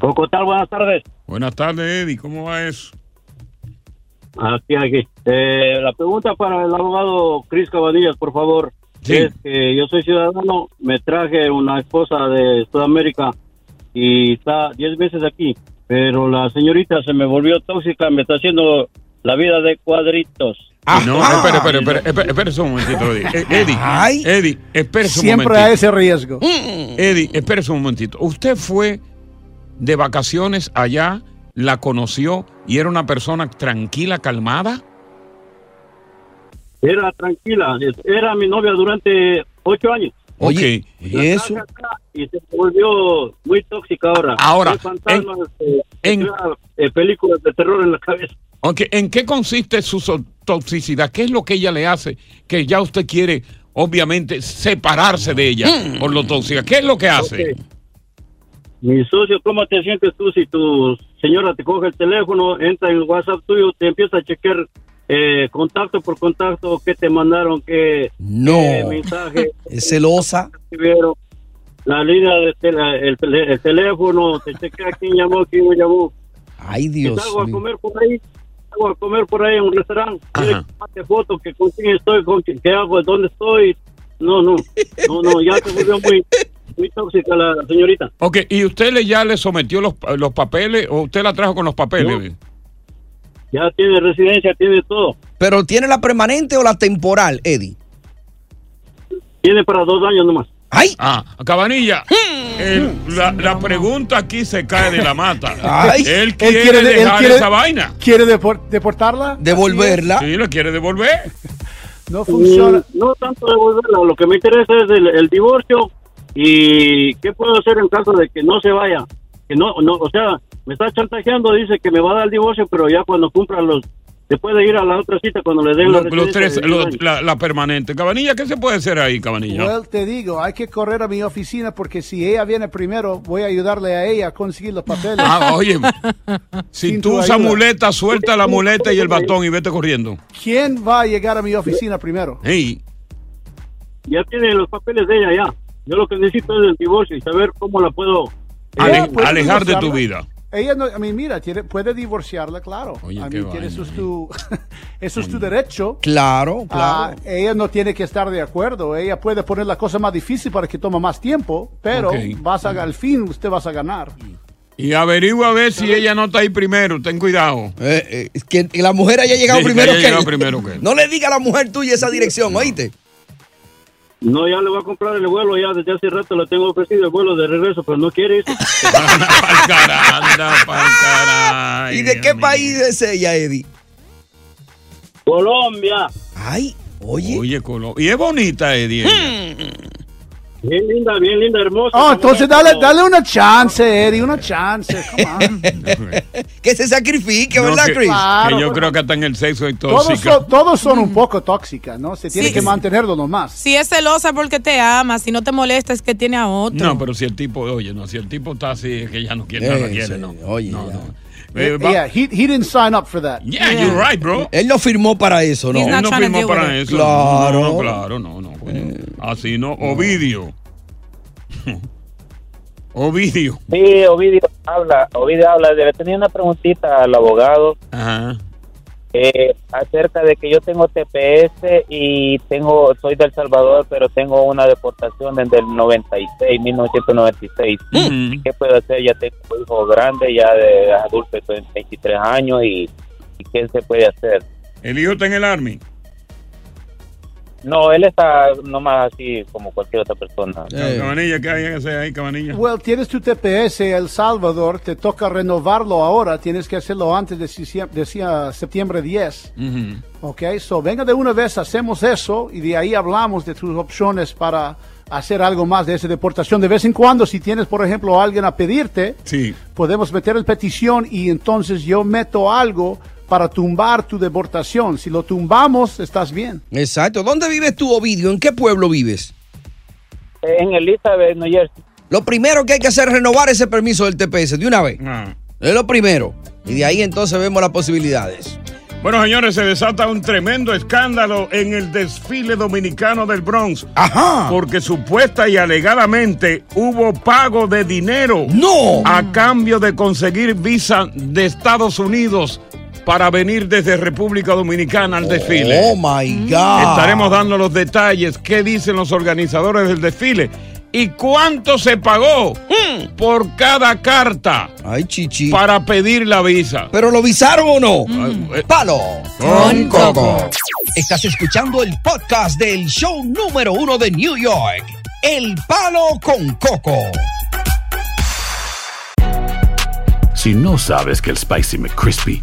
Coco, tal? Buenas tardes. Buenas tardes, Eddie. ¿Cómo va eso? Aquí, aquí. Eh, la pregunta para el abogado Cris Cavadillas, por favor. Sí. Es que yo soy ciudadano, me traje una esposa de Sudamérica y está 10 meses aquí, pero la señorita se me volvió tóxica, me está haciendo la vida de cuadritos. no, espera, espera, espera, espera, espera un momentito, Eddie. Eh, Eddie, Ah, Ay. Eddie, espera un Siempre momentito. Mm. a ese riesgo. Eddie, espera un momentito. Usted fue de vacaciones allá, la conoció y era una persona tranquila, calmada. Era tranquila, era mi novia durante 8 años. Oye, Ok. ¿y eso? y se volvió muy tóxica ahora. Ahora, Hay fantasmas, eh, en- claro, eh, películas de terror en la cabeza. Ok, ¿En qué consiste su so- toxicidad? ¿Qué es lo que ella le hace que ya usted quiere, obviamente, separarse de ella Mm. por lo tóxica? ¿Qué es lo que hace? Ok. Mi Este, socio, ¿cómo te sientes tú si tu señora te coge el teléfono, entra en el WhatsApp tuyo, te empieza a chequear eh, contacto por contacto, qué te mandaron, qué, No. qué mensaje Es celosa. recibieron, la línea, de tela- el, tele- el teléfono, te chequea quién llamó, quién no llamó. Ay, Y Dios salgo a mío. comer por ahí, salgo a comer por ahí en un restaurante, Ajá. mate fotos, que con quién estoy, con quién- qué hago, dónde estoy. No, no, no, no, ya se volvió muy, muy tóxica la señorita. Ok, ¿y usted le ya le sometió los, los papeles o usted la trajo con los papeles? Ya tiene residencia, tiene todo. Pero ¿tiene la permanente o la temporal, Eddie? Tiene para dos años nomás. ¡Ay! Ah, Cabanilla, el- la, la pregunta aquí se cae de la mata. Ay, él Él quiere, quiere- él dejar quiere- esa vaina. ¿Quiere depor- deportarla? Devolverla. Sí, lo quiere devolver. No funciona. Mm, No tanto devolverla, lo que me interesa es el, el divorcio y qué puedo hacer en caso de que no se vaya. Que no, no, o sea, me está chantajeando, dice que me va a dar el divorcio, pero ya cuando cumpla los, después de ir a la otra cita cuando le den la Los, los residencia tres, de los- dos años. la, la permanente. Cabanilla, ¿qué se puede hacer ahí, Cabanilla? Well, te digo, hay que correr a mi oficina porque si ella viene primero, voy a ayudarle a ella a conseguir los papeles. Ah, oye, si Sin tú tu usas ayuda. muleta, suelta la muleta y el batón y vete corriendo. ¿Quién va a llegar a mi oficina primero? Ey, Ya tiene los papeles de ella ya. Yo lo que necesito es el divorcio y saber cómo la puedo... eh, pues, ale- Ya, puedes alejar de tu divorciarla. vida. Ella no, a mí, mira, tiene- puede divorciarla, claro. Oye, a qué mí, tiene- eso vaina, eh. es tu, eso es tu derecho. Oh, Claro, Ah, claro. ella no tiene que estar de acuerdo. Ella puede poner la cosa más difícil para que tome más tiempo, pero Ok. vas a, al fin usted vas a ganar. Y averigua a ver si ella no está ahí primero, ten cuidado. eh. que la mujer haya llegado primero que él. primero que él. No le diga a la mujer tuya esa dirección, ¿oíste? No, ya le voy a comprar el vuelo, ya desde hace rato le tengo ofrecido el vuelo de regreso, pero no quiere irse. ¿Y de qué país es ella, Eddie? Colombia. Ay, oye. Oye, Colombia. Y es bonita, Eddie. Bien linda, bien linda, hermosa. Oh, entonces dale, dale una chance, Eddie, una chance. Come on. que se sacrifique, No, ¿verdad, que, Chris? que yo creo que hasta en el sexo y Todos tóxica. son, todos son un poco tóxicas, ¿no? Se tiene Sí. que mantenerlo nomás. Si es celosa porque te ama, si no te molesta es que tiene a otro. No, pero si el tipo, oye, no, si el tipo está así, es que ya no quiere, no la Eh, quiere, sí, no. Oye, no, no. Eh, va- Yeah, he, he didn't sign up for that. Yeah, you're right, bro. Él eh, no firmó para eso, ¿no? Él no firmó para eso. Claro. Eh. No, claro, no, no. coño. Así no. Ovidio. Ovidio. Sí, Ovidio habla, Ovidio habla. Le tenía una preguntita al abogado Ajá. eh, acerca de que yo tengo TPS y tengo, soy del Salvador, pero tengo una deportación desde el 96, 1996. Mm. ¿Qué puedo hacer? Ya tengo un hijo grande, ya de adulto, estoy en 23 años y, y ¿qué se puede hacer? ¿El hijo está en el Army? No, él está nomás así como cualquier otra persona. Eh, Cabanilla, ¿qué hay que hacer ahí, cabanilla? Well, tienes tu TPS, El Salvador, te toca renovarlo ahora, tienes que hacerlo antes de, sicie- de si- ah, septiembre 10. Ok, so venga de una vez, hacemos eso y de ahí hablamos de tus opciones para hacer algo más de esa deportación. De vez en cuando, si tienes, por ejemplo, a alguien a pedirte, Sí. podemos meter en petición y entonces yo meto algo para tumbar tu deportación. Si lo tumbamos, estás bien. Exacto. ¿Dónde vives tú, Ovidio? ¿En qué pueblo vives? En Elizabeth, New Jersey. Lo primero que hay que hacer es renovar ese permiso del TPS de una vez. Es lo primero. Y de ahí entonces vemos las posibilidades. Bueno, señores, se desata un tremendo escándalo en el desfile dominicano del Bronx. Ajá. Porque supuesta y alegadamente hubo pago de dinero. ¡No! A cambio de conseguir visa de Estados Unidos para venir desde República Dominicana al desfile. Oh Mm. my God. Estaremos dando los detalles, qué dicen los organizadores del desfile y cuánto se pagó por cada carta Hmm. Ay, chichi. para pedir la visa. ¿Pero lo visaron o no? eh. Palo con Coco. Estás escuchando el podcast del show número uno de New York. El Palo con Coco. Si no sabes que el Spicy McCrispy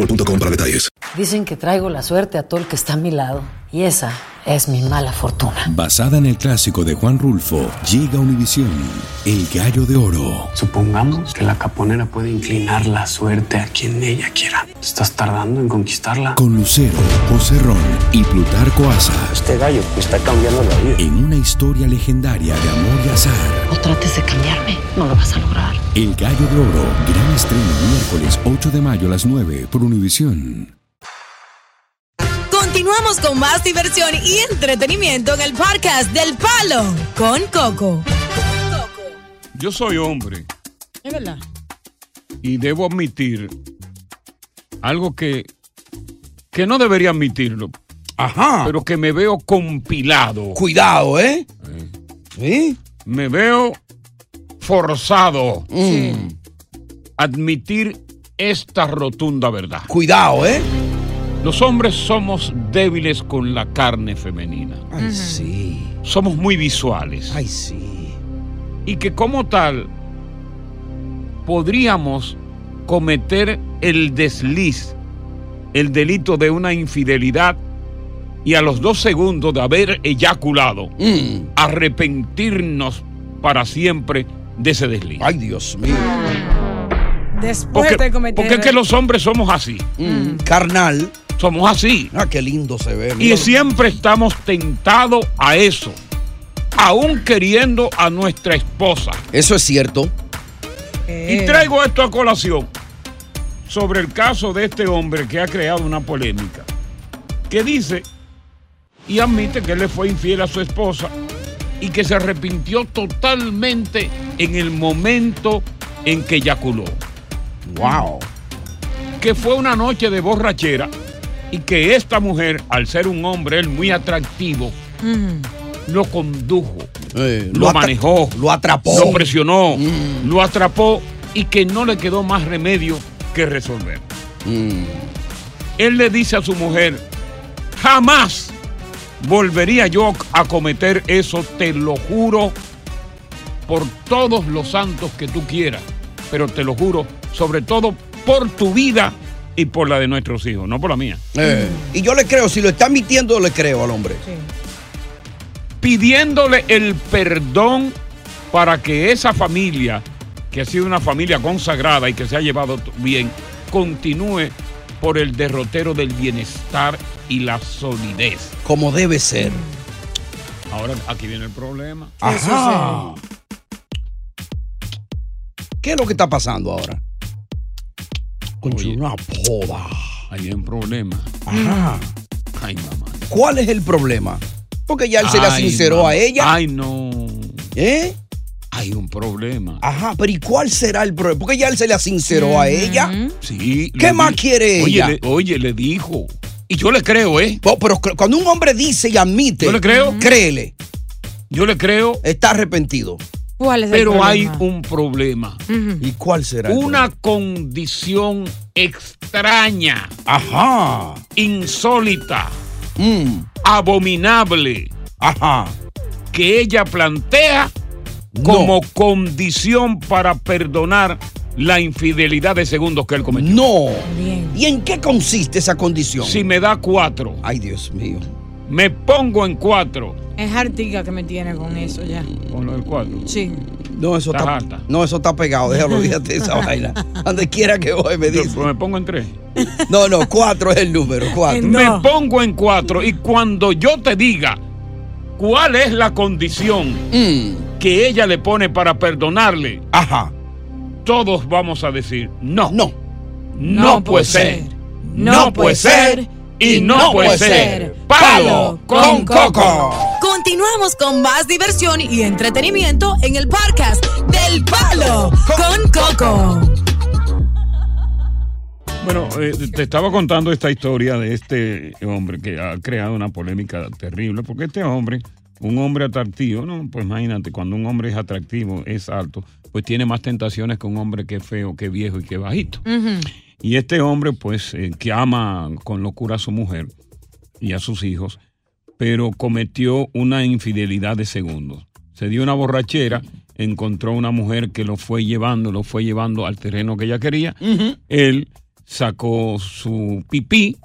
para detalles. Dicen que traigo la suerte a todo el que está a mi lado. Y esa es mi mala fortuna. Basada en el clásico de Juan Rulfo, llega Univisión, El Gallo de Oro. Supongamos que la caponera puede inclinar la suerte a quien ella quiera. ¿Te estás tardando en conquistarla? Con Lucero, José Ron y Plutarco Asa. Este gallo está cambiando la vida. En una historia legendaria de amor y azar. No trates de cambiarme, no lo vas a lograr. El Gallo de Oro. Gran estreno miércoles 8 de mayo a las 9 por Univisión. Continuamos con más diversión y entretenimiento en el podcast del Palo con Coco. Yo soy hombre Es verdad. y debo admitir algo que, que no debería admitirlo. Ajá. Pero que me veo compilado. Cuidado, ¿eh? ¿Sí? Me veo forzado a admitir esta rotunda verdad. Cuidado, ¿eh? Los hombres somos débiles con la carne femenina. Ay, sí. Somos muy visuales. Ay, sí. Y que como tal podríamos cometer el desliz, el delito de una infidelidad y a los dos segundos de haber eyaculado, Mm. arrepentirnos para siempre de ese desliz. Ay, Dios mío. Después Porque, de cometer. porque es que los hombres somos así. Carnal. Somos así. Mm. Ah, qué lindo se ve. Y mira. siempre estamos tentados a eso. Aún queriendo a nuestra esposa. Eso es cierto. Y traigo esto a colación sobre el caso de este hombre que ha creado una polémica, que dice y admite que él le fue infiel a su esposa y que se arrepintió totalmente en el momento en que eyaculó. ¡Wow! Que fue una noche de borrachera y que esta mujer, al ser un hombre él muy atractivo, lo condujo, lo, atra- manejó, Eh, lo atrapó. Mm. lo presionó, lo atrapó y que no le quedó más remedio que resolver. Mm. Él le dice a su mujer, jamás volvería yo a cometer eso, te lo juro, por todos los santos que tú quieras, pero te lo juro, sobre todo por tu vida y por la de nuestros hijos, no por la mía. Eh, Y yo le creo, si lo está mintiendo, le creo al hombre. pidiéndole el perdón para que esa familia, que ha sido una familia consagrada y que se ha llevado t- bien, continúe por el derrotero del bienestar y la solidez. Como debe ser. Ahora aquí viene el problema. Ajá. ¿Qué es lo que está pasando ahora? Concho, una boda. Hay un problema. Ajá. Ay, mamá. ¿Cuál es el problema? Porque ya él se la Ay, sinceró mamá. a ella. Ay, no. ¿Eh? Hay un problema. Ajá, pero ¿y cuál será el problema? Porque ya él se la sinceró a ella. Sí. ¿Qué le más di- quiere Oye, ella? le- oye, le dijo. Y yo le creo, ¿eh? No, pero cre- cuando un hombre dice y admite. Yo le creo. Créele. Yo le creo. Está arrepentido. ¿Cuál es el Pero hay problema? un problema. ¿Y cuál será? el Una condición extraña. Ajá. Insólita. Mm. Abominable. Ajá. Que ella plantea como condición para perdonar la infidelidad de segundos que él cometió. No. ¿Y en qué consiste esa condición? Si me da cuatro. Ay, Dios mío. Me pongo en cuatro. Es artiga que me tiene con eso ya. Con lo del cuatro. Sí. No, eso está, Estás alta. no, eso está pegado. Déjalo, olvídate de esa vaina. Donde quiera que voy, me dice. me pongo en tres. No, no, cuatro es el número. Cuatro. Me pongo en cuatro y cuando yo te diga cuál es la condición que ella le pone para perdonarle, Mm. Ajá. todos vamos a decir no. No. No, puede ser. No puede ser. Y no puede ser. Palo con coco. Continuamos con más diversión y entretenimiento en el podcast del Palo con Coco. Bueno, eh, te estaba contando esta historia de este hombre que ha creado una polémica terrible, porque este hombre, un hombre atractivo, ¿no? Pues imagínate, cuando un hombre es atractivo, es alto, pues tiene más tentaciones que un hombre que es feo, que es viejo y que es bajito. Y este hombre, pues, eh, que ama con locura a su mujer y a sus hijos, pero cometió una infidelidad de segundos. Se dio una borrachera, encontró una mujer que lo fue llevando, lo fue llevando al terreno que ella quería. Él sacó su pipí,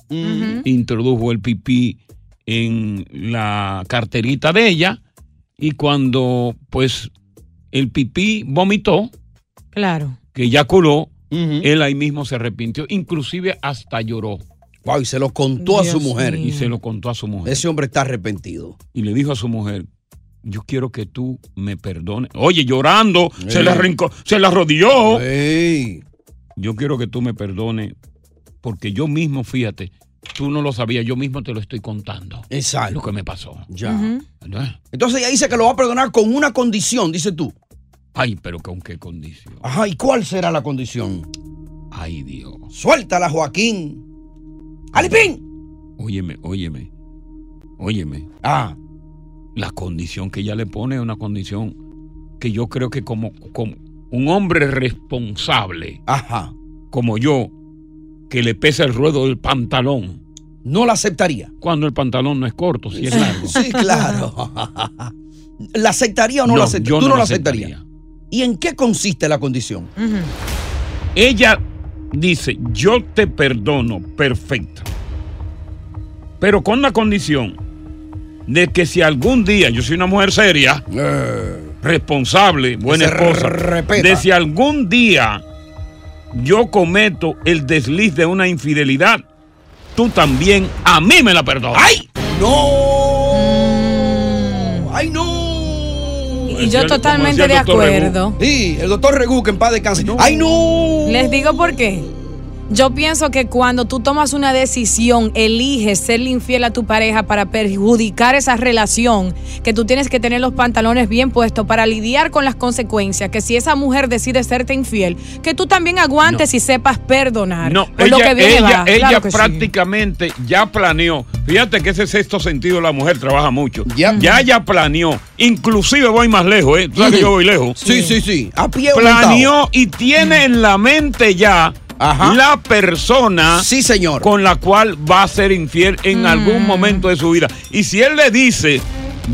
introdujo el pipí en la carterita de ella y cuando pues el pipí vomitó, Claro. que eyaculó, él ahí mismo se arrepintió, inclusive hasta lloró. Wow, y se lo contó a su Dios mujer. mío. Y se lo contó a su mujer. Ese hombre está arrepentido. Y le dijo a su mujer, yo quiero que tú me perdones. Oye, llorando, se, Ey. le arrancó- se le arrodilló. Ey. Yo quiero que tú me perdones porque yo mismo, fíjate, tú no lo sabías, yo mismo te lo estoy contando. Exacto. Lo que me pasó. Ya. ¿Verdad? Entonces ella dice que lo va a perdonar con una condición, dice tú. Ay, pero con qué condición. Ajá, ¿y cuál será la condición? Ay, Dios. Suéltala, Joaquín. ¡Alipín! Óyeme, óyeme, óyeme. Ah. La condición que ella le pone es una condición que yo creo que como, como un hombre responsable, Ajá. como yo, que le pesa el ruedo del pantalón. No la aceptaría. Cuando el pantalón no es corto, si es largo. Sí, claro. ¿La aceptaría o no, No, la aceptaría? yo Tú no no, la la aceptarías. ¿Y en qué consiste la condición? Ella dice, yo te perdono, perfecto. Pero con la condición de que si algún día, yo soy una mujer seria, responsable, buena Eh. se esposa, respeta. de si algún día yo cometo el desliz de una infidelidad, tú también a mí me la perdonas. ¡Ay! ¡No! ¡Ay, no! Y Mm. yo Como decía totalmente el de doctor acuerdo. Sí, el doctor Regu, que en paz descanse. ¡Ay, no! Les digo por qué. Yo pienso que cuando tú tomas una decisión, eliges serle infiel a tu pareja para perjudicar esa relación, que tú tienes que tener los pantalones bien puestos para lidiar con las consecuencias, que si esa mujer decide serte infiel, que tú también aguantes y sepas perdonar. No, Por ella, lo que viene ella- va, claro ella que sí. prácticamente ya planeó. Fíjate que ese sexto sentido la mujer trabaja mucho. Ya ya, planeó. Inclusive voy más lejos, ¿eh? Tú sabes que yo voy lejos. Sí, sí, sí. A pie o Planeó y tiene en la mente ya la persona con la cual va a ser infiel en Mm. algún momento de su vida. Y si él le dice,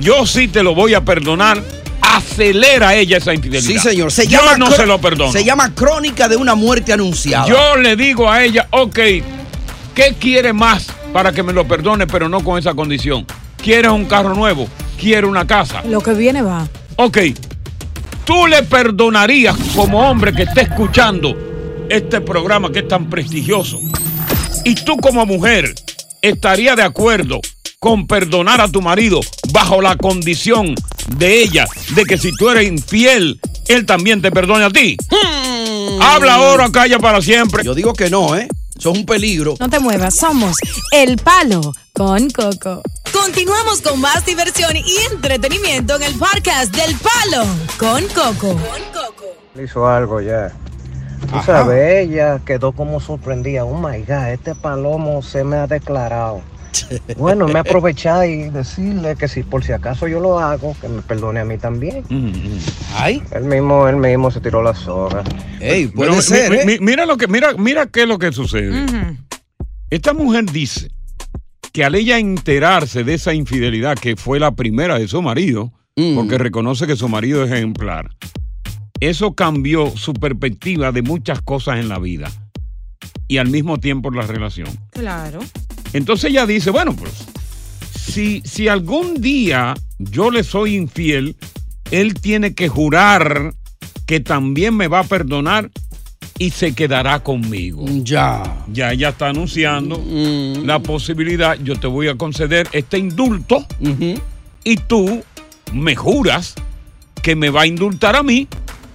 yo sí te lo voy a perdonar, acelera ella esa infidelidad. Sí, señor. Se yo llama no cro- se lo perdono. Se llama Crónica de una muerte anunciada. Yo le digo a ella, ok, ¿qué quiere más para que me lo perdone, pero no con esa condición? ¿Quieres un carro nuevo? ¿Quiere una casa? Lo que viene va. Ok, tú le perdonarías como hombre que está escuchando este programa que es tan prestigioso. Y tú como mujer estarías de acuerdo con perdonar a tu marido bajo la condición de ella, de que si tú eres infiel, él también te perdone a ti. Habla ahora, calla para siempre. Mm. Yo digo que no, ¿eh? Eso es un peligro. No te muevas, somos El Palo con Coco. Continuamos con más diversión y entretenimiento en el podcast del Palo con Coco. Le hizo algo ya. Tú sabes, ella quedó como sorprendida. Oh my God, este palomo se me ha declarado. Bueno, me aprovechar y decirle que si por si acaso yo lo hago, que me perdone a mí también. Ay. Él mismo, él mismo se tiró la soga. Pero mi- mi- ¿eh? mi- mira lo que, mira, mira qué es lo que Mm. sucede. Esta mujer dice que al ella enterarse de esa infidelidad que fue la primera de su marido, porque reconoce que su marido es ejemplar, eso cambió su perspectiva de muchas cosas en la vida y al mismo tiempo la relación. Claro. Entonces ella dice, bueno, pues si, si algún día yo le soy infiel, él tiene que jurar que también me va a perdonar y se quedará conmigo. Ya. Ya ella está anunciando la posibilidad, yo te voy a conceder este indulto y tú me juras que me va a indultar a mí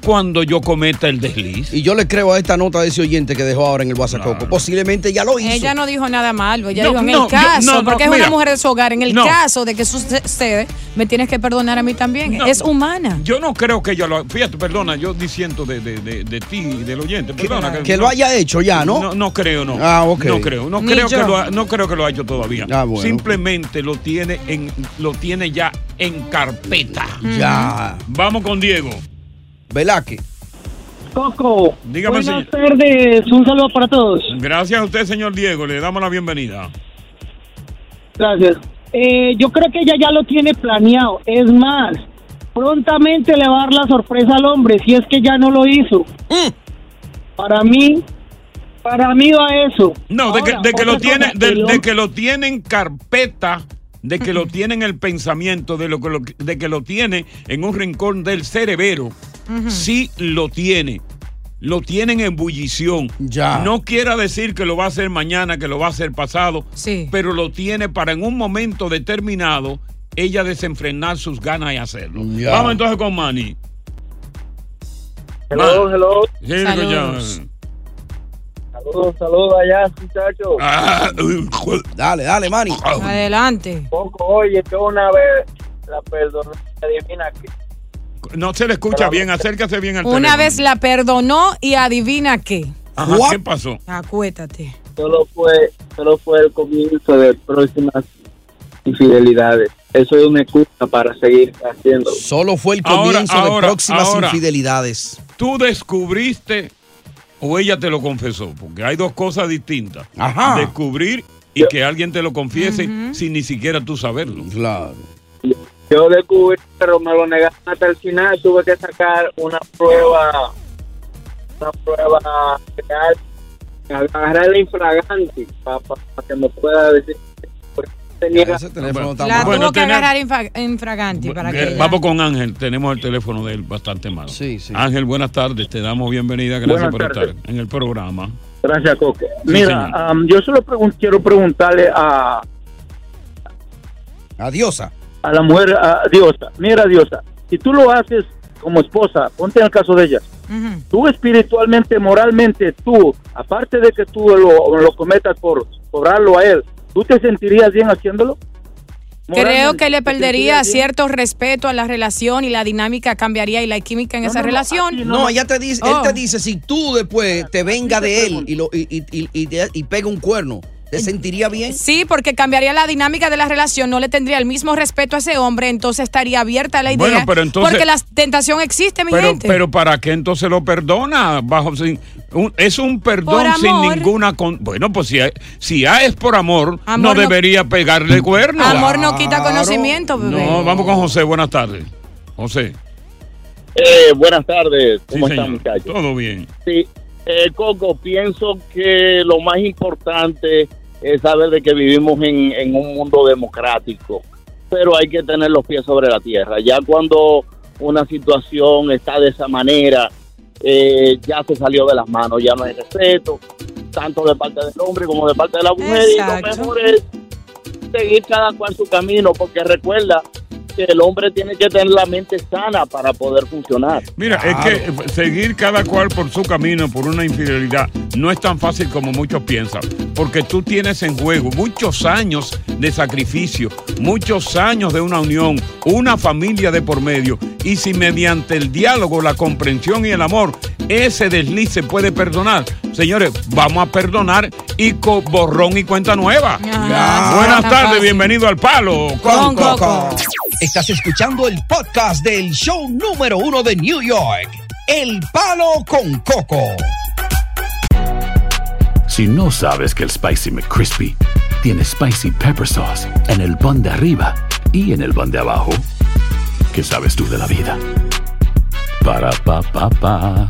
cuando yo cometa el desliz. Y yo le creo a esta nota de ese oyente que dejó ahora en el WhatsApp. Coco. Posiblemente ya lo hizo. Ella no dijo nada malo, ella No, dijo en no, el yo- caso, no, no, porque es mira. una mujer de su hogar, en el No. caso de que sucede, me tienes que perdonar a mí también. es humana. Yo no creo que ella lo Fíjate, perdona, yo diciendo de, de, de, de ti y del oyente. Perdona, que lo haya hecho ya, ¿no? No, no creo, no. Ah, ok. No creo, no Ni creo, que yo. lo ha, no creo que lo ha hecho todavía. Ah, bueno. Simplemente lo tiene, en, lo tiene ya en carpeta. Mm. Ya. Vamos con Diego. Velaque. Coco. Dígame, Buenas señor. tardes, un saludo para todos. Gracias a usted, señor Diego. Le damos la bienvenida. Gracias. Eh, yo creo que ella ya lo tiene planeado. Es más, prontamente le va a dar la sorpresa al hombre si es que ya no lo hizo. Mm. Para mí, para mí va eso. No, de que, Ahora, de que lo otra tiene, cosa de, que yo- de que lo tiene en carpeta, de que lo tiene en el pensamiento, de lo que lo, de que lo tiene en un rincón del cerebro, sí lo tiene. Lo tienen en ebullición. Ya. No quiera decir que lo va a hacer mañana, que lo va a hacer pasado, pero lo tiene para en un momento determinado ella desenfrenar sus ganas y hacerlo. Ya. Vamos entonces con Manny. Ah. Hello, hello. Sí, digo ya. Saludos, saludos allá, muchachos. Ah, dale, dale, Manny. Adelante. Poco, oye, yo una vez la perdoné, adivina que No se le escucha bien, acércase bien al Una teléfono. vez la perdonó y adivina qué. Ah. Ajá, ¿Qué pasó? Acuétate. solo fue, solo fue el comienzo de próximas infidelidades. Eso es una excusa para seguir haciéndolo. Solo fue el Ahora, comienzo de ahora, próximas ahora. infidelidades. ¿Tú descubriste o ella te lo confesó? Porque hay dos cosas distintas. Ajá. Descubrir y que alguien te lo confiese sin ni siquiera tú saberlo. Claro. Yo descubrí, pero me lo negaron hasta el final. Tuve que sacar una prueba, una prueba real, agarrar el infragante para que me pueda decir. tenía teléfono tan La Bueno, tuvo que tener- agarrar infra- infraganti para que. Eh, ella- Vamos con Ángel, tenemos el teléfono de él bastante malo. Ángel, buenas tardes, te damos bienvenida, gracias Buenas por tardes. estar en el programa. Gracias, Coque. Sí, Mira, am, yo solo pregun- quiero preguntarle a. A Diosa. A la mujer, a Diosa. Mira, Diosa, si tú lo haces como esposa, ponte en el caso de ella. Ujú. Tú espiritualmente, moralmente, tú, aparte de que tú lo, lo cometas por cobrarlo a él, ¿tú te sentirías bien haciéndolo? Creo que le ¿te sentirías perdería bien? cierto respeto a la relación y la dinámica cambiaría y la química en esa relación. No, ella te dice, Oh. él te dice, si tú después te venga de él y, lo, y, y- y- y te- y pega un cuerno, ¿te sentiría bien? Sí, porque cambiaría la dinámica de la relación, no le tendría el mismo respeto a ese hombre, entonces estaría abierta a la idea. Bueno, pero entonces- porque la tentación existe, mi Pero, gente. pero ¿para qué entonces lo perdona? Bajo sin- un- es un Por perdón amor. sin ninguna... con- bueno, pues si, hay- si A es por amor, no Amor no- Mm. debería pegarle cuerno. Amor no quita conocimiento, bebé. No, vamos con José, buenas tardes. José, Eh, buenas tardes. Sí, ¿Cómo señor. están, muchachos? todo bien. Sí. Eh, Coco, pienso que lo más importante es saber de que vivimos en, en un mundo democrático, pero hay que tener los pies sobre la tierra. Ya cuando una situación está de esa manera, eh, ya se salió de las manos, ya no hay respeto, tanto de parte del hombre como de parte de la mujer. Y lo mejor es seguir cada cual su camino, porque recuerda que el hombre tiene que tener la mente sana para poder funcionar. Mira, es que seguir cada cual por su camino, por una infidelidad, no es tan fácil como muchos piensan, porque tú tienes en juego muchos años de sacrificio, muchos años de una unión, una familia de por medio, y si mediante el diálogo, la comprensión y el amor, ese desliz se puede perdonar, señores, vamos a perdonar y con borrón y cuenta nueva. Buenas Ah, tan tardes, fácil. bienvenido al Palo Con Coco. Estás escuchando el podcast del show número uno de New York, El Palo con Coco. Si no sabes que el Spicy McCrispy tiene spicy pepper sauce en el pan de arriba y en el pan de abajo, ¿qué sabes tú de la vida? Para pa pa pa.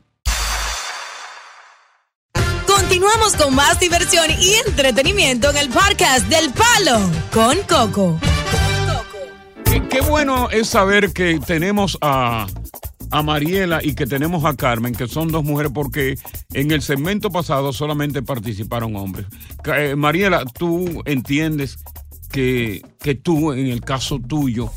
Continuamos con más diversión y entretenimiento en el podcast del Palo con Coco. Qué, qué bueno es saber que tenemos a, a Mariela y que tenemos a Carmen, que son dos mujeres, porque en el segmento pasado solamente participaron hombres. Ca- eh, Mariela, tú entiendes que, que tú, en el caso tuyo,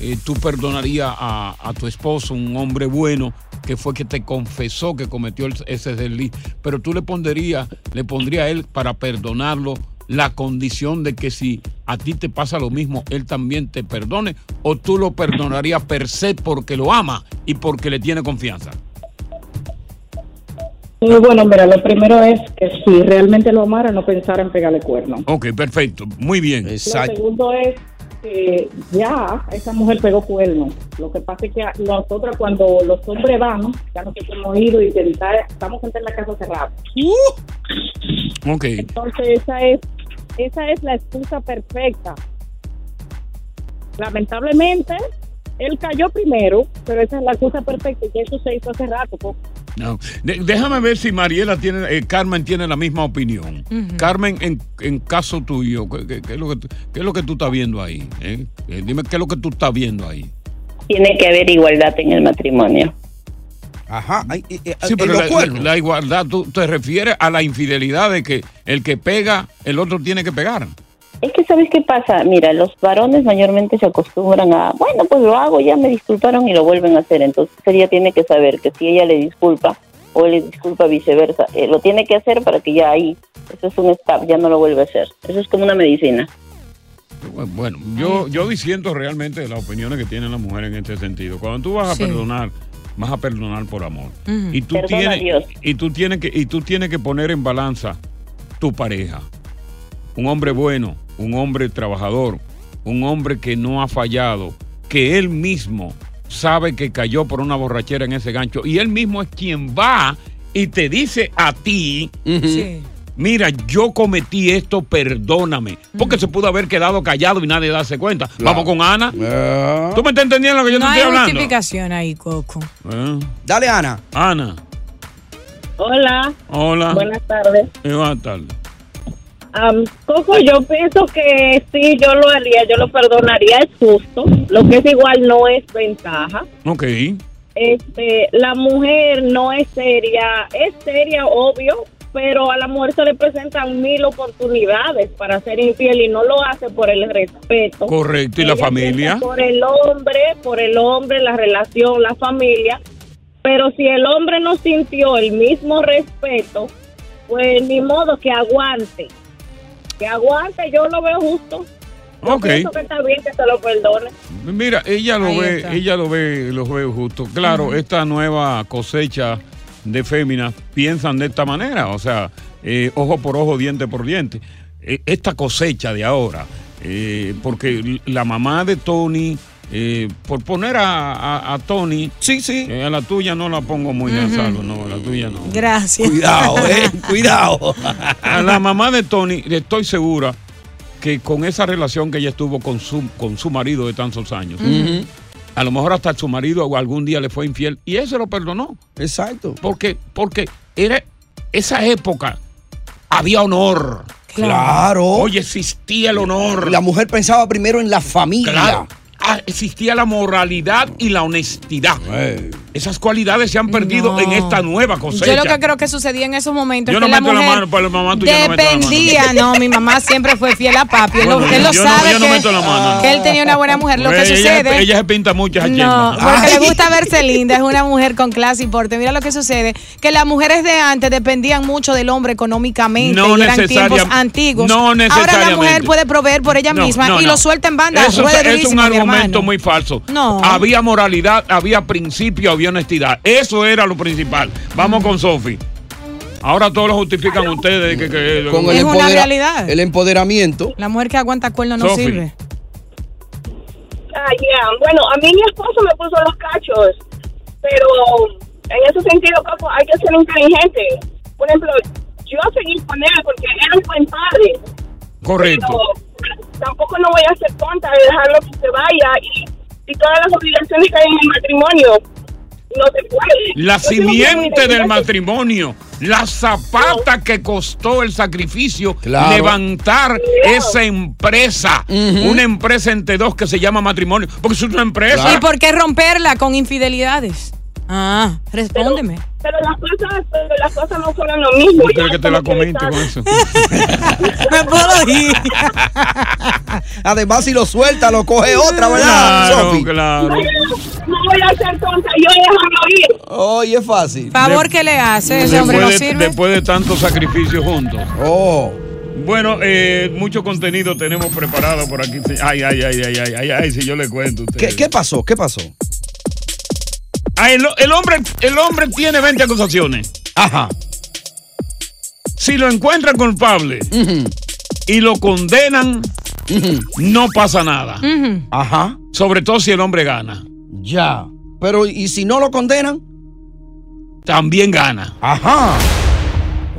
eh, tú perdonarías a, a tu esposo, un hombre bueno, que fue que te confesó que cometió el- ese desliz, pero tú le pondrías, le pondría a él para perdonarlo la condición de que si a ti te pasa lo mismo, él también te perdone, o tú lo perdonarías per se porque lo ama y porque le tiene confianza. Eh, bueno, mira, lo primero es que si realmente lo amara, no pensara en pegarle cuerno. Ok, perfecto, muy bien. Lo segundo es que ya esa mujer pegó cuerno. Lo que pasa es que nosotros cuando los hombres van, ya nosotros hemos ido y intentar, estamos frente a la casa cerrada. Ok, Entonces esa es, esa es la excusa perfecta. Lamentablemente, él cayó primero, pero esa es la excusa perfecta y eso se hizo hace rato. pues. po. no. De- déjame ver si Mariela tiene, eh, Carmen tiene la misma opinión. Ujú. Carmen, en, en caso tuyo, ¿qué, qué- qué es lo que, tú- qué es lo que tú estás viendo ahí? eh? Eh, dime qué es lo que tú estás viendo ahí. Tiene que haber igualdad en el matrimonio. Ajá. ay, eh, eh, Sí, en pero los la, cuernos. la- la igualdad, tú te refieres a la infidelidad de que el que pega, el otro tiene que pegar. Es que sabes qué pasa, mira, los varones mayormente se acostumbran a, bueno, pues lo hago, ya me disculparon y lo vuelven a hacer. Entonces ella tiene que saber que si ella le disculpa o él le disculpa viceversa, eh, lo tiene que hacer para que ya ahí, eso es un stop, ya no lo vuelve a hacer. Eso es como una medicina. Bueno, yo, yo diciendo realmente de las opiniones que tienen las mujeres en este sentido. Cuando tú vas a Sí. perdonar, vas a perdonar por amor. Ujú. Mm. Y tú Perdona a tienes Dios. y tú tienes que y tú tienes que poner en balanza tu pareja. Un hombre bueno, un hombre trabajador, un hombre que no ha fallado, que él mismo sabe que cayó por una borrachera en ese gancho y él mismo es quien va y te dice a ti Mira, yo cometí esto, perdóname. Mm. Porque se pudo haber quedado callado y nadie darse cuenta. Vamos con Ana. Ah. ¿Tú me estás entendiendo lo que yo no te hay estoy hablando? Eh. justificación ahí, Coco. Dale, Ana. Ana, Hola, hola. buenas tardes. Eh, Buenas tardes. Am, Coco, yo pienso que sí, yo lo haría, yo lo perdonaría, es justo. Lo que es igual no es ventaja. Ok. Este, la mujer no es seria, es seria, obvio, pero a la mujer se le presentan mil oportunidades para ser infiel y no lo hace por el respeto. Correcto. ¿Y la Ella familia? piensa Por el hombre, por el hombre, la relación, la familia. Pero si el hombre no sintió el mismo respeto, pues ni modo que aguante. Que aguante, yo lo veo justo. Yo Ok. pienso que está bien que se lo perdone. Mira, ella lo Ahí ve, está. ella lo ve, lo ve justo. Claro, esta nueva cosecha de féminas piensan de esta manera, o sea, eh, ojo por ojo, diente por diente. Eh, esta cosecha de ahora, eh, porque l- la mamá de Tony, eh, por poner a, a- a Tony, eh, sí, sí, a la tuya no la pongo muy Gonzalo, no, a la tuya no. Gracias. eh. cuidado. A la mamá de Tony, le estoy segura que con esa relación que ella estuvo con su, con su marido de tantos años, Ujú. a lo mejor hasta su marido algún día le fue infiel y él se lo perdonó. Exacto. Porque, porque era esa época había honor. Claro. Oye, existía el honor. La mujer pensaba primero en la familia. Claro. Ah, existía la moralidad y la honestidad. Esas cualidades se han perdido No. en esta nueva cosecha. Yo lo que creo que sucedía en esos momentos Yo es no que la meto la mujer mano, pero mamá tuya no mete la mano. dependía, no, mi mamá siempre fue fiel a papi. Él lo, Bueno, él lo yo no- sabe yo no que, meto la mano. que él tenía una buena mujer. Lo que Ella- sucede. Ella se pinta muchas No, yemas. Ah, porque le gusta verse linda, es una mujer con clase y porte. Mira lo que sucede, que las mujeres de antes dependían mucho del hombre económicamente No y eran necesaria- tiempos antiguos. no Ahora necesariamente. la mujer puede proveer por ella No, misma no, y no. lo suelta en banda. Eso ruede es, es un durísimo, mi hermano. argumento muy falso. No. Había moralidad, había principio, había honestidad. Eso era lo principal. Vamos con Sofi. Ahora todos lo justifican ustedes. Que, que- Con el Es una empodera- realidad. El empoderamiento. La mujer que aguanta cuerno no Sofi. sirve. Ah, ya. Bueno, a mí mi esposo me puso los cachos, pero en ese sentido, Coco, hay que ser inteligente. Por ejemplo, yo seguí con él porque era un buen padre, Correcto. pero tampoco no voy a ser tonta de dejarlo que se vaya y, y todas las obligaciones que hay en el matrimonio. No se puede. La Yo tengo que simiente ser del inteligente. matrimonio, la zapata que costó el sacrificio Claro. levantar esa empresa, una empresa entre dos que se llama matrimonio, porque es una empresa. ¿Y por qué romperla con infidelidades? Ah, respóndeme. Pero las cosas, pero las cosas no fueron lo mismo. ¿Tú crees que te la comiste con eso? Me puedo ir. Además, si lo suelta, lo coge otra, ¿verdad? Claro, Sofi? claro. No voy a ser tonta, yo voy a dejarlo ir. Oye, es fácil. Favor que le hace, ese hombre no después, de, sirve. después de tantos sacrificios juntos. Oh. Bueno, eh, mucho contenido tenemos preparado por aquí. Ay, ay, ay, ay, ay, ay, ay, si yo le cuento. a ustedes. ¿Qué, qué pasó? ¿Qué pasó? Ah, el, el hombre, el hombre tiene 20 acusaciones. Ajá. Si lo encuentran culpable y lo condenan, no pasa nada. Ajá. Sobre todo si el hombre gana. Ya. Pero, ¿y si no lo condenan? También gana. Ajá.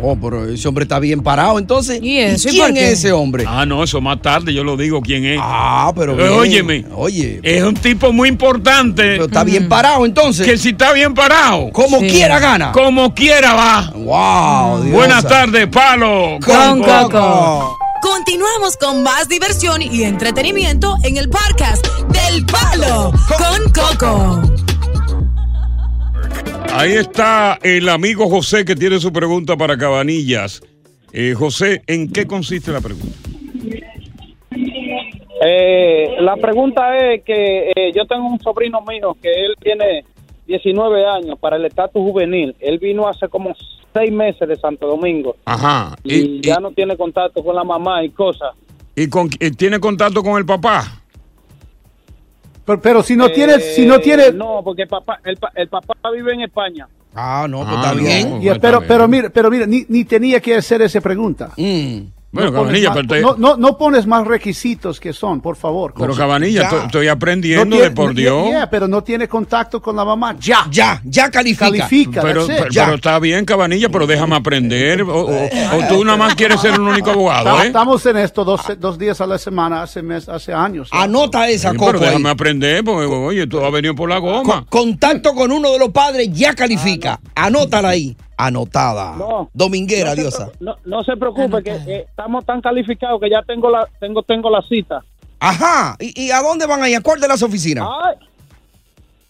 Oh, pero ese hombre está bien parado, entonces. ¿Y eso? ¿Y por quién qué? es ese hombre? Ah, no, eso más tarde yo lo digo quién es. Ah, pero. Eh, bien. Óyeme. Oye. Es un tipo muy importante. Pero está bien parado entonces. Que si está bien parado. Como Sí. quiera gana. Como quiera va. Ah. Wow. Buenas tardes, Palo. Con Coco. Continuamos con más diversión y entretenimiento en el podcast del Palo con Coco. Ahí está el amigo José que tiene su pregunta para Cabanillas. Eh, José, ¿en qué consiste la pregunta? Eh, la pregunta es que eh, yo tengo un sobrino mío que él tiene 19 años para el estatus juvenil. Él vino hace como seis meses de Santo Domingo Ajá. y, ya no tiene contacto con la mamá y cosas. ¿Y con, eh, tiene contacto con el papá? Pero, pero si no Eh, tienes, si no tienes, No, porque el papá, el, pa- el papá vive en España. Ah, no, pues está bien. Y pero, pero mira, pero mira, ni, ni tenía que hacer esa pregunta. Bueno, no, pones Cabanilla, más, pero te- no, no- no pones más requisitos que son, por favor. Pero Cosa. Cabanilla, Ya. to- estoy aprendiendo No tiene- de por no- Dios. ya, ya, pero no tiene contacto con la mamá. Ya, ya, ya califica. Califica, pero, that's it, pero- ya. pero está bien, Cabanilla, pero déjame aprender. O, o- o tú nada más quieres ser un único abogado, Ah, Está- ¿eh? Estamos en esto dos, dos días a la semana, hace mes, hace años. Ah, Anota esa Sí, Coco, pero déjame ahí. aprender, porque oye, tú has venido por la goma. Contacto con uno de los padres ya califica. Ah, Anótala ahí. Anotada. No. Dominguera, No se diosa. pre- No, no se preocupe, que eh, estamos tan calificados que ya tengo la, tengo, tengo la cita. Ajá. ¿Y, y a dónde van ahí? ¿A cuál de las oficinas?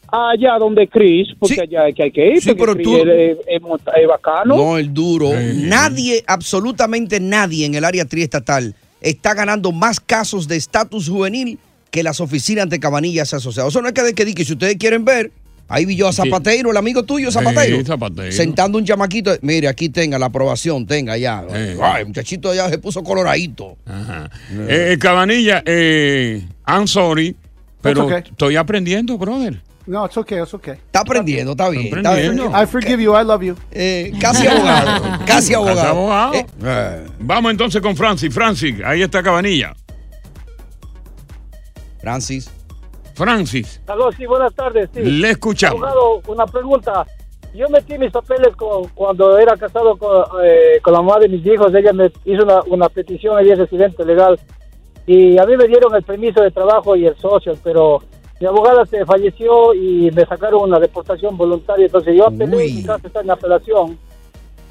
Allá donde Chris, porque allá es que hay que ir. Sí, porque pero Chris tú- él es, es monta- es bacano. No, el duro. Nadie, absolutamente nadie en el área triestatal está ganando más casos de estatus juvenil que las oficinas de Cabanillas asociadas. Eso no es que de que di que si ustedes quieren ver, ahí vi yo a Zapateiro, el amigo tuyo Zapateiro. Sí, Zapateiro. Sentando un chamaquito, mire, aquí tenga la aprobación, tenga ya. Ay, el muchachito ya se puso coloradito. Ajá. Eh, eh, Cabanilla, eh, I'm sorry, pero That's okay. estoy aprendiendo, brother. No, it's okay, it's okay. Está aprendiendo, está bien. Eh, Está aprendiendo. I forgive you, I love you. casi abogado, casi abogado. Eh. Casi abogado. Eh. Vamos entonces con Francis. Francis, ahí está Cabanilla. Francis. Francis, Saludos, sí, buenas tardes. Sí. Le escuchamos. Abogado, una pregunta. Yo metí mis papeles con- cuando era casado con, eh, con la mamá de mis hijos. Ella me hizo una, una petición, ella es residente legal. Y a mí me dieron el permiso de trabajo y el socio, pero mi abogada se falleció y me sacaron una deportación voluntaria. Entonces yo apelé, mi caso está en apelación.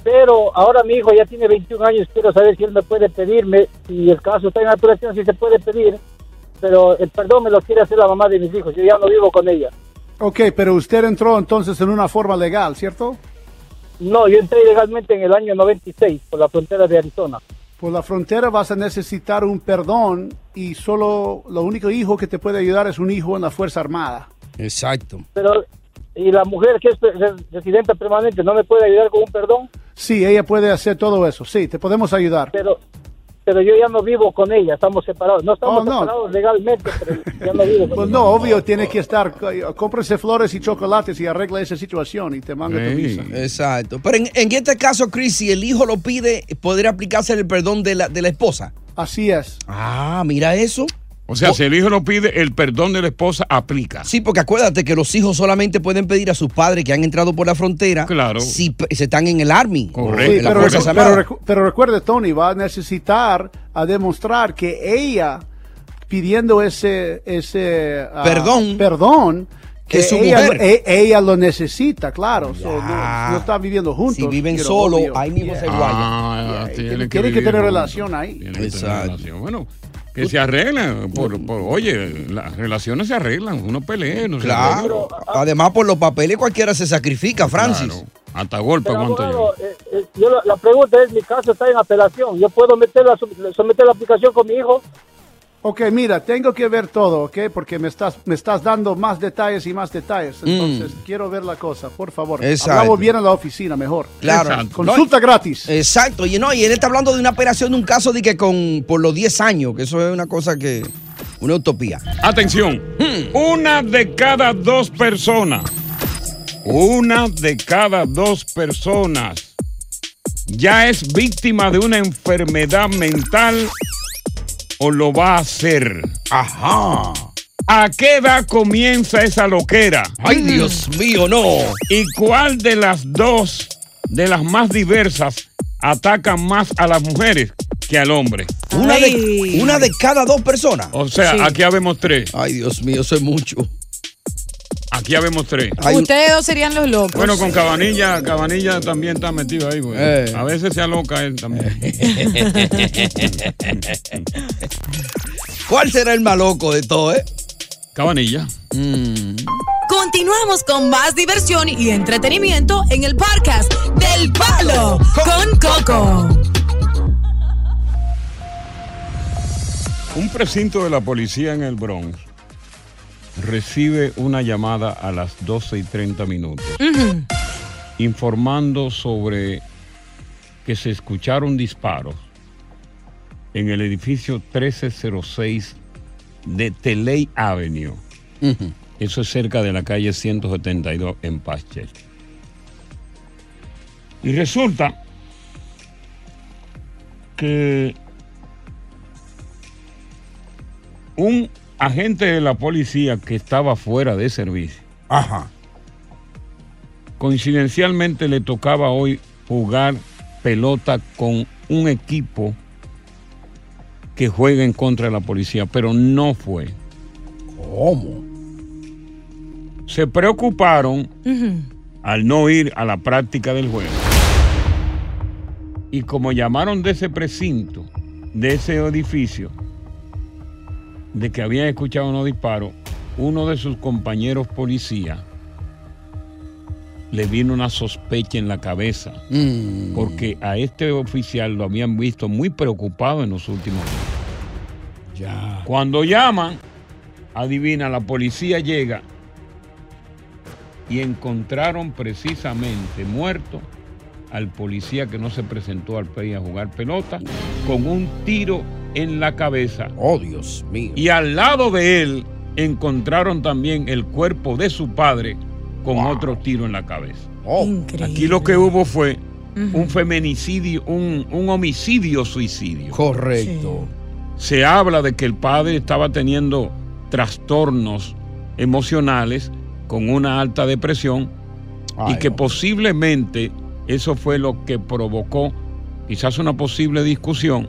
Pero ahora mi hijo ya tiene 21 años, quiero saber si él me puede pedirme, si el caso está en apelación, si se puede pedir. Pero el perdón me lo quiere hacer la mamá de mis hijos, yo ya no vivo con ella. Ok, pero usted entró entonces en una forma legal, ¿cierto? No, yo entré legalmente en el año 96 por la frontera de Arizona. Por la frontera vas a necesitar un perdón y solo lo único hijo que te puede ayudar es un hijo en la Fuerza Armada. Exacto. Pero, y la mujer que es pre- res- residente permanente no me puede ayudar con un perdón, Sí, ella puede hacer todo eso. Sí, te podemos ayudar. pero pero yo ya no vivo con ella, estamos separados. No estamos Oh, no. separados legalmente, pero ya no vivo con Pues ella. no, obvio, tiene que estar. c- Cómprese flores y chocolates y arregla esa situación y te manda tu visa. Exacto. Pero en, en este caso, Chris, si el hijo lo pide, podría aplicarse el perdón de la, de la esposa. Así es. Ah, mira eso. O Oh. sea, si el hijo lo pide, el perdón de la esposa aplica. Sí, porque acuérdate que los hijos solamente pueden pedir a sus padres que han entrado por la frontera si pe- se están en el Army. Sí, o en las pero, Fuerzas recu- Armadas. pero recu- pero recuerde, Tony, va a necesitar a demostrar que ella, pidiendo ese, ese ah, Perdón. perdón que Es su ella, mujer. e- ella lo necesita, claro. So, no, no están viviendo juntos. Si viven pero solo, obvio. ahí mismo se guayan. Ah, Tienen que, tener vivir relación ahí. Tiene que tener relación. Bueno, que se arreglan. Por, por- oye, las relaciones se arreglan. Uno pelea, no se arregla. Claro. Además, por los papeles cualquiera se sacrifica, Francis. Hasta golpe Pero, aguanto yo. abogado, eh, eh, yo la, la pregunta es, mi caso está en apelación. ¿Yo puedo meter la, sub- someter la aplicación con mi hijo? Ok, mira, tengo que ver todo, ¿ok? Porque me estás, me estás dando más detalles y más detalles. Entonces, quiero ver la cosa, por favor. Exacto. Hablamos bien en la oficina, mejor. Claro. Consulta gratis. Exacto. Y no, y él está hablando de una operación de un caso de que con por los 10 años, que eso es una cosa que. Una utopía. Atención, una de cada dos personas, una de cada dos personas ya es víctima de una enfermedad mental o lo va a ser. Ajá. ¿A qué edad comienza esa loquera? Ay, Dios mío, no. ¿Y cuál de las dos, de las más diversas, ataca más a las mujeres que al hombre? Una de, una de cada dos personas. O sea, Sí. aquí habemos tres. Ay, Dios mío, eso es mucho. Aquí habemos tres. Ustedes dos serían los locos. Bueno, con Cabanilla, Cabanilla también está metido ahí, güey. Eh. A veces se aloca él también. ¿Cuál será el más loco de todo, eh? Cabanilla. Continuamos con más diversión y entretenimiento en el podcast del Palo con Coco. Un precinto de la policía en el Bronx recibe una llamada a las 12 y 30 minutos informando sobre que se escucharon disparos en el edificio 1306 de Teley Avenue. Eso es cerca de la calle 172 en Pastel. Y resulta que un agente de la policía que estaba fuera de servicio, coincidencialmente le tocaba hoy jugar pelota con un equipo que juega en contra de la policía, pero no fue. ¿Cómo? Se preocuparon al no ir a la práctica del juego. Y como llamaron de ese precinto, de ese edificio, de que habían escuchado unos disparos, uno de sus compañeros policía le vino una sospecha en la cabeza, Mm. Mm. porque a este oficial lo habían visto muy preocupado en los últimos días. Cuando llaman, adivina, la policía llega y encontraron precisamente muerto al policía que no se presentó al país a jugar pelota con un tiro en la cabeza. Oh, Dios mío. Y al lado de él encontraron también el cuerpo de su padre con otro tiro en la cabeza. Oh. Aquí lo que hubo fue un feminicidio, un, un homicidio-suicidio. Correcto. Se habla de que el padre estaba teniendo trastornos emocionales con una alta depresión y que posiblemente eso fue lo que provocó quizás una posible discusión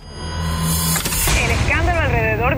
El escándalo alrededor